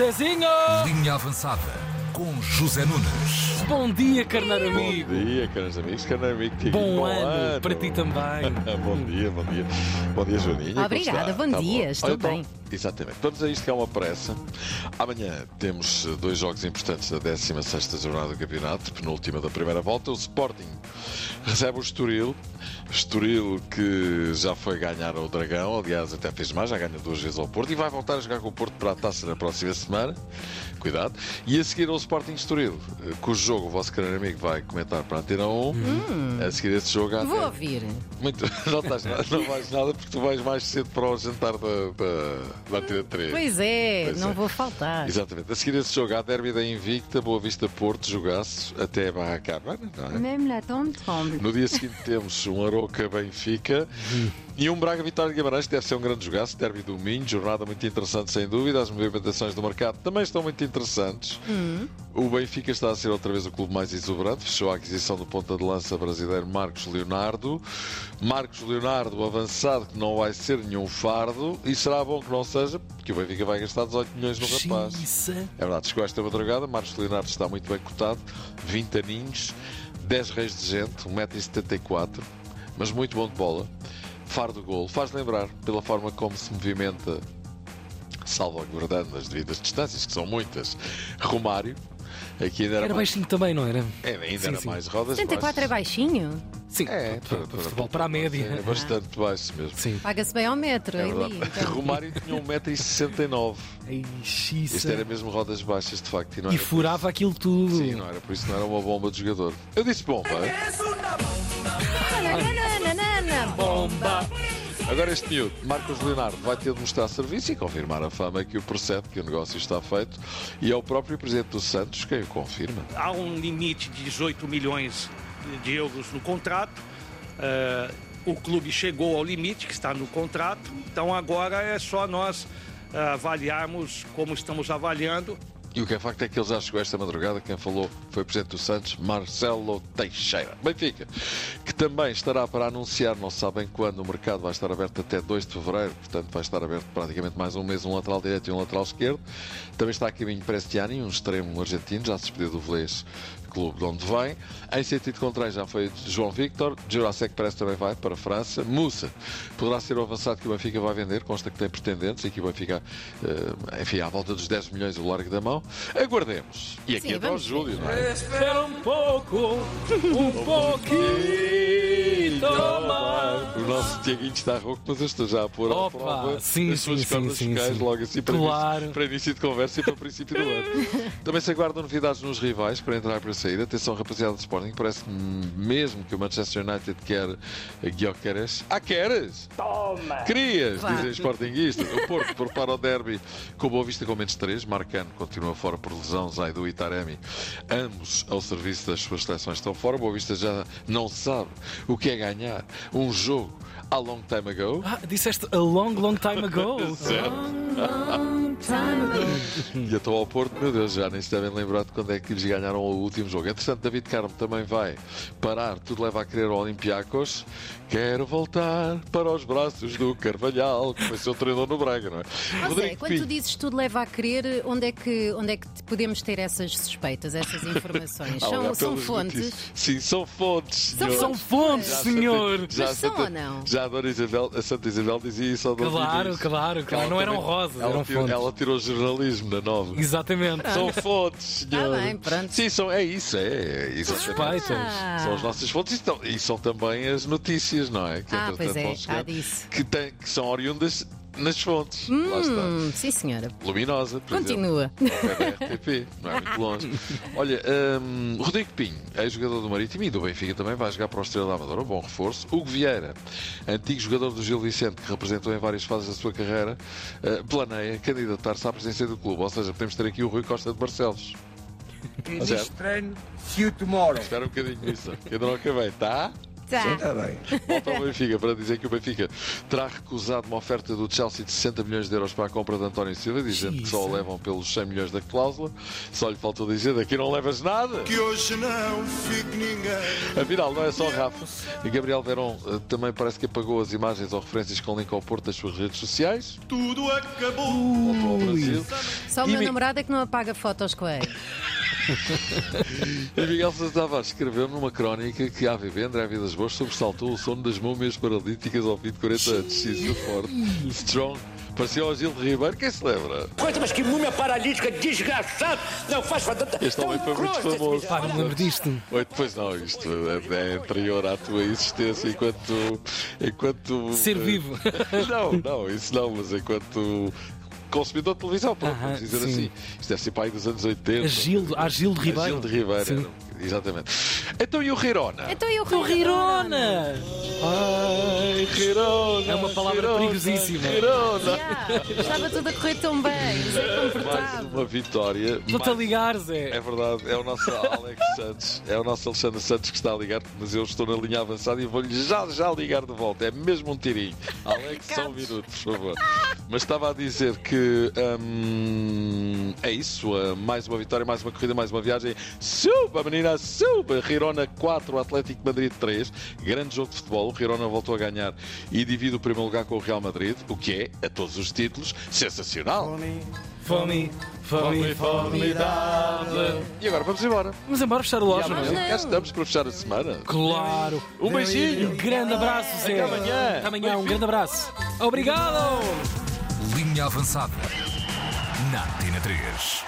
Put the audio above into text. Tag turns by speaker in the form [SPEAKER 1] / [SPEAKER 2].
[SPEAKER 1] Zezinho!
[SPEAKER 2] Linha avançada com José Nunes.
[SPEAKER 1] Bom dia, carneiro
[SPEAKER 3] Bom
[SPEAKER 1] amigo!
[SPEAKER 3] dia, caros amigos, caro amigo Tiaguinho.
[SPEAKER 1] Bom ano para ti também.
[SPEAKER 3] bom dia, bom dia. Bom dia, Joaninha. como
[SPEAKER 4] Obrigada,
[SPEAKER 3] está?
[SPEAKER 4] bom
[SPEAKER 3] Está
[SPEAKER 4] dia,
[SPEAKER 3] bom?
[SPEAKER 4] estou
[SPEAKER 3] Olha, então,
[SPEAKER 4] bem.
[SPEAKER 3] exatamente. Vamos a isto que há uma pressa. Amanhã temos eh, dois jogos importantes da 16ª jornada do campeonato, penúltima da primeira volta. O Sporting recebe o Estoril. Estoril que já foi ganhar ao Dragão, aliás, até fez mais, já ganha duas vezes ao Porto e vai voltar a jogar com o Porto para a taça na próxima semana. Cuidado. E a seguir ao Sporting Estoril, eh, cujo jogo o vosso querido amigo vai comentar para a Antena 1. A seguir a esse jogo há
[SPEAKER 4] Hum. Vou
[SPEAKER 3] até-
[SPEAKER 4] ouvir.
[SPEAKER 3] muito, não, estás, nada- não vais nada porque tu vais mais cedo para o jantar da, da, da Antena 3.
[SPEAKER 4] Pois é,
[SPEAKER 3] Pois
[SPEAKER 4] não
[SPEAKER 3] é.
[SPEAKER 4] vou faltar.
[SPEAKER 3] Exatamente. A seguir a esse jogo, há derby da Invicta, Boa Vista Porto, jogaço até a Barra Cabana, não é?
[SPEAKER 5] Même la tombe tremble.
[SPEAKER 3] No dia seguinte temos um Aroca Benfica e um Braga Vitória de Guimarães, que deve ser um grande jogaço, derby do Minho, jornada muito interessante sem dúvida, as movimentações do mercado também estão muito interessantes. O Benfica está a ser outra vez o clube mais exuberante, fechou a aquisição do ponta de lança brasileiro Marcos Leonardo. Marcos Leonardo, avançado, que não vai ser nenhum fardo, e será bom que não seja, porque o Benfica vai gastar 18 milhões no um rapaz.
[SPEAKER 1] Xiça.
[SPEAKER 3] É verdade, chegou esta madrugada, Marcos Leonardo está muito bem cotado, 20 aninhos, 10 reis de gente, 1,74m, mas muito bom de bola, faro do golo, faz lembrar pela forma como se movimenta, salvo aguardando as devidas distâncias, que são muitas, Romário, aqui ainda era,
[SPEAKER 1] Era
[SPEAKER 3] mais,
[SPEAKER 1] baixinho também, não era?
[SPEAKER 3] ainda ainda
[SPEAKER 1] Sim,
[SPEAKER 3] era
[SPEAKER 1] sim.
[SPEAKER 3] mais rodas
[SPEAKER 4] 74 é
[SPEAKER 3] baixas.
[SPEAKER 4] baixinho?
[SPEAKER 1] Sim,
[SPEAKER 3] É,
[SPEAKER 1] para, para, futebol, para a
[SPEAKER 3] É
[SPEAKER 1] média.
[SPEAKER 3] bastante baixo mesmo.
[SPEAKER 1] Sim.
[SPEAKER 4] Paga-se bem ao metro,
[SPEAKER 3] É
[SPEAKER 4] ali.
[SPEAKER 3] verdade.
[SPEAKER 4] então.
[SPEAKER 3] Romário tinha 1,69m.
[SPEAKER 1] Ai, xiça.
[SPEAKER 3] Isto era mesmo rodas baixas, de facto. E, não
[SPEAKER 1] E
[SPEAKER 3] era por
[SPEAKER 1] furava aquilo tudo.
[SPEAKER 3] Sim, não era por isso, não era uma bomba de jogador. Eu disse bomba. é? hein?
[SPEAKER 4] Nananana, Bomba!
[SPEAKER 3] Agora este miúdo, Marcos Leonardo, vai ter de mostrar serviço e confirmar a fama que o percebe que o negócio está feito. E é o próprio presidente do Santos quem o confirma.
[SPEAKER 6] há um limite de 18 milhões de euros no contrato. Eh, o clube chegou ao limite que está no contrato, então agora é só nós eh, avaliarmos como estamos avaliando.
[SPEAKER 3] E o que é facto é que ele já chegou esta madrugada. Quem falou foi o presidente do Santos, Marcelo Teixeira. Benfica, que também estará para anunciar, não sabem quando, o mercado vai estar aberto até 2 de fevereiro, portanto vai estar aberto praticamente mais um mês, um lateral direito e um lateral esquerdo. Também está a caminho Prestiani, um extremo argentino, já se despediu do Velês Clube de onde vem. Em sentido contrário, já foi João Victor. Jurasek parece também vai para a França. Moussa poderá ser o avançado que o Benfica vai vender. Consta que tem pretendentes e que o Benfica, eh, enfim, à volta dos 10 milhões do largo da mão. Aguardemos. E aqui
[SPEAKER 4] Sim,
[SPEAKER 3] é para o
[SPEAKER 4] vamos
[SPEAKER 3] Júlio, não é?
[SPEAKER 1] Espera um pouco, um pouquinho mais.
[SPEAKER 3] O nosso Tiaguinho está rouco, mas eu estou já a pôr à
[SPEAKER 1] Opa,
[SPEAKER 3] prova
[SPEAKER 1] sim,
[SPEAKER 3] as suas
[SPEAKER 1] sim,
[SPEAKER 3] cordas
[SPEAKER 1] sim,
[SPEAKER 3] vocais
[SPEAKER 1] sim.
[SPEAKER 3] logo assim para,
[SPEAKER 1] Claro.
[SPEAKER 3] início, para início de conversa e para princípio do ano. Também se aguardam novidades nos rivais para entrar e para sair. Atenção, rapaziada do Sporting, parece mesmo que o Manchester United quer a Guioqueras. Ah, queres? Toma! Querias,
[SPEAKER 4] Vá.
[SPEAKER 3] dizem os Sportingistas. O Porto prepara o derby com Boa Vista com menos 3. Marcano continua fora por lesão, Zaidu e Taremi. Ambos ao serviço das suas seleções estão fora. Boa Vista já não sabe o que é ganhar um jogo a long time ago.
[SPEAKER 1] Ah, disseste a long, long time ago.
[SPEAKER 3] E eu estou ao Porto, meu Deus, já nem se devem lembrar de quando é que eles ganharam o último jogo. Entretanto, David Carmo também vai parar, tudo leva a crer ao Olympiacos. Quero voltar para os braços do Carvalhal, que foi seu treinador no Braga, não é?
[SPEAKER 4] Ó Zé,
[SPEAKER 3] Rodrigo
[SPEAKER 4] quando tu
[SPEAKER 3] Pinho.
[SPEAKER 4] dizes tudo leva a crer, onde é que, onde é que te- podemos ter essas suspeitas, essas informações?
[SPEAKER 3] Ah, olhar
[SPEAKER 4] São, são
[SPEAKER 3] pelos
[SPEAKER 4] fontes.
[SPEAKER 3] motivos. Sim, são fontes.
[SPEAKER 4] São
[SPEAKER 3] senhor.
[SPEAKER 1] São fontes,
[SPEAKER 3] Já
[SPEAKER 1] senhor.
[SPEAKER 3] a Santa- já a
[SPEAKER 4] Mas são
[SPEAKER 3] Santa-
[SPEAKER 4] ou não?
[SPEAKER 3] Já a Dona Isabel, a Santa Isabel dizia isso ao Dom
[SPEAKER 1] Claro,
[SPEAKER 3] Dinis.
[SPEAKER 1] claro, claro.
[SPEAKER 3] Ela
[SPEAKER 1] Não eram
[SPEAKER 3] também-
[SPEAKER 1] rosas,
[SPEAKER 3] ela
[SPEAKER 1] eram
[SPEAKER 3] tirou-
[SPEAKER 1] fontes.
[SPEAKER 3] Ela tirou jornalismo da nova.
[SPEAKER 1] Exatamente.
[SPEAKER 3] São fontes, senhor.
[SPEAKER 4] Ah, bem, pronto.
[SPEAKER 3] Sim, são, é isso, é. é isso.
[SPEAKER 1] Suspeitas.
[SPEAKER 4] Ah.
[SPEAKER 3] São as nossas fontes e, estão- e são também as notícias, não é? Que,
[SPEAKER 4] Ah,
[SPEAKER 3] entretanto,
[SPEAKER 4] pois é,
[SPEAKER 3] vão
[SPEAKER 4] há
[SPEAKER 3] chegar,
[SPEAKER 4] disso.
[SPEAKER 3] que, têm- que são oriundas nas fontes. Lá está.
[SPEAKER 4] Hum, sim, senhora.
[SPEAKER 3] Luminosa, por exemplo.
[SPEAKER 4] Continua.
[SPEAKER 3] É da RTP, não é muito longe. Olha, hum, Rodrigo Pinho, ex-jogador do Marítimo e do Benfica também, vai jogar para o Estrela da Amadora, um bom reforço. Hugo Vieira, antigo jogador do Gil Vicente, que representou em várias fases da sua carreira, eh, planeia candidatar-se à presidência do clube. Ou seja, podemos ter aqui o Rui Costa de Barcelos.
[SPEAKER 7] Que
[SPEAKER 3] Certo.
[SPEAKER 7] estranho se o tomorrow.
[SPEAKER 3] Espera um bocadinho nisso, que ainda não acabei, tá?
[SPEAKER 4] Tá.
[SPEAKER 3] Volta ao Benfica para dizer que o Benfica terá recusado uma oferta do Chelsea de 60 milhões de euros para a compra de António Silva, dizendo que só o levam pelos 100 milhões da cláusula. Só lhe faltou dizer: daqui não levas nada.
[SPEAKER 5] Que hoje não fique ninguém.
[SPEAKER 3] Afinal, não é só Rafa. E Gabriel Verón eh, também parece que apagou as imagens ou referências com link ao Porto das suas redes sociais.
[SPEAKER 5] Tudo acabou.
[SPEAKER 3] Voltou ao Brasil.
[SPEAKER 4] Só o
[SPEAKER 3] E
[SPEAKER 4] meu
[SPEAKER 3] Mi-
[SPEAKER 4] namorado é que não apaga fotos com ele.
[SPEAKER 3] E Miguel Sousa Tavares escreveu numa crónica que a AVB André Vidas Boas sobressaltou o sono das múmias paralíticas ao fim de 40 anos. X forte, strong. Parecia ao Gil Ribeiro, quem se lembra?
[SPEAKER 7] Coisa, mas que múmia paralítica, desgraçado! Não faz fantanta.
[SPEAKER 3] Este homem foi muito famoso.
[SPEAKER 1] Pá, não me lembro disto.
[SPEAKER 3] Oi, Pois não, isto é, é anterior à tua existência enquanto. enquanto eh,
[SPEAKER 1] Ser vivo.
[SPEAKER 3] Não, não, isso não, mas enquanto consumidor de televisão, pronto,
[SPEAKER 1] Aham,
[SPEAKER 3] vamos dizer
[SPEAKER 1] sim.
[SPEAKER 3] assim. Isto deve ser pai dos anos 80.
[SPEAKER 1] Agildo, Agildo Ribeiro.
[SPEAKER 3] Agildo Ribeiro,
[SPEAKER 1] Sim. Oh,
[SPEAKER 3] era- um exatamente. Então e o Rirona?
[SPEAKER 4] Então eu
[SPEAKER 1] O Rirona!
[SPEAKER 3] Ai, Rirona!
[SPEAKER 1] É uma palavra
[SPEAKER 3] Rirona,
[SPEAKER 1] perigosíssima.
[SPEAKER 3] Rirona!
[SPEAKER 4] Yeah, Estava tudo a correr tão bem,
[SPEAKER 3] Mais
[SPEAKER 4] desconfortável.
[SPEAKER 3] uma vitória.
[SPEAKER 1] Estou-te a
[SPEAKER 3] mais-
[SPEAKER 1] ligar, Zé.
[SPEAKER 3] É verdade, é o nosso Alex Santos, é o nosso Alexandre Santos que está a ligar, mas eu estou na linha avançada e vou-lhe já já ligar de volta. É mesmo um tirinho. Alex, só um minuto, por favor. Mas estava a dizer que hum, é isso, uh, mais uma vitória, mais uma corrida, mais uma viagem. Suba, menina, suba! Rirona 4, Atlético de Madrid 3. Grande jogo de futebol, o Rirona voltou a ganhar e divide o primeiro lugar com o Real Madrid, o que é, a todos os títulos, sensacional.
[SPEAKER 1] Fome, fome,
[SPEAKER 3] formidável. E agora vamos embora.
[SPEAKER 1] Vamos embora fechar o loja,
[SPEAKER 3] Já
[SPEAKER 1] não é?
[SPEAKER 3] cá estamos para fechar a semana.
[SPEAKER 1] Claro.
[SPEAKER 3] Um beijinho.
[SPEAKER 1] Um grande abraço, Zé.
[SPEAKER 3] Até amanhã.
[SPEAKER 1] Até amanhã, um grande abraço. Obrigado!
[SPEAKER 2] Linha avançada. Na Tina 3.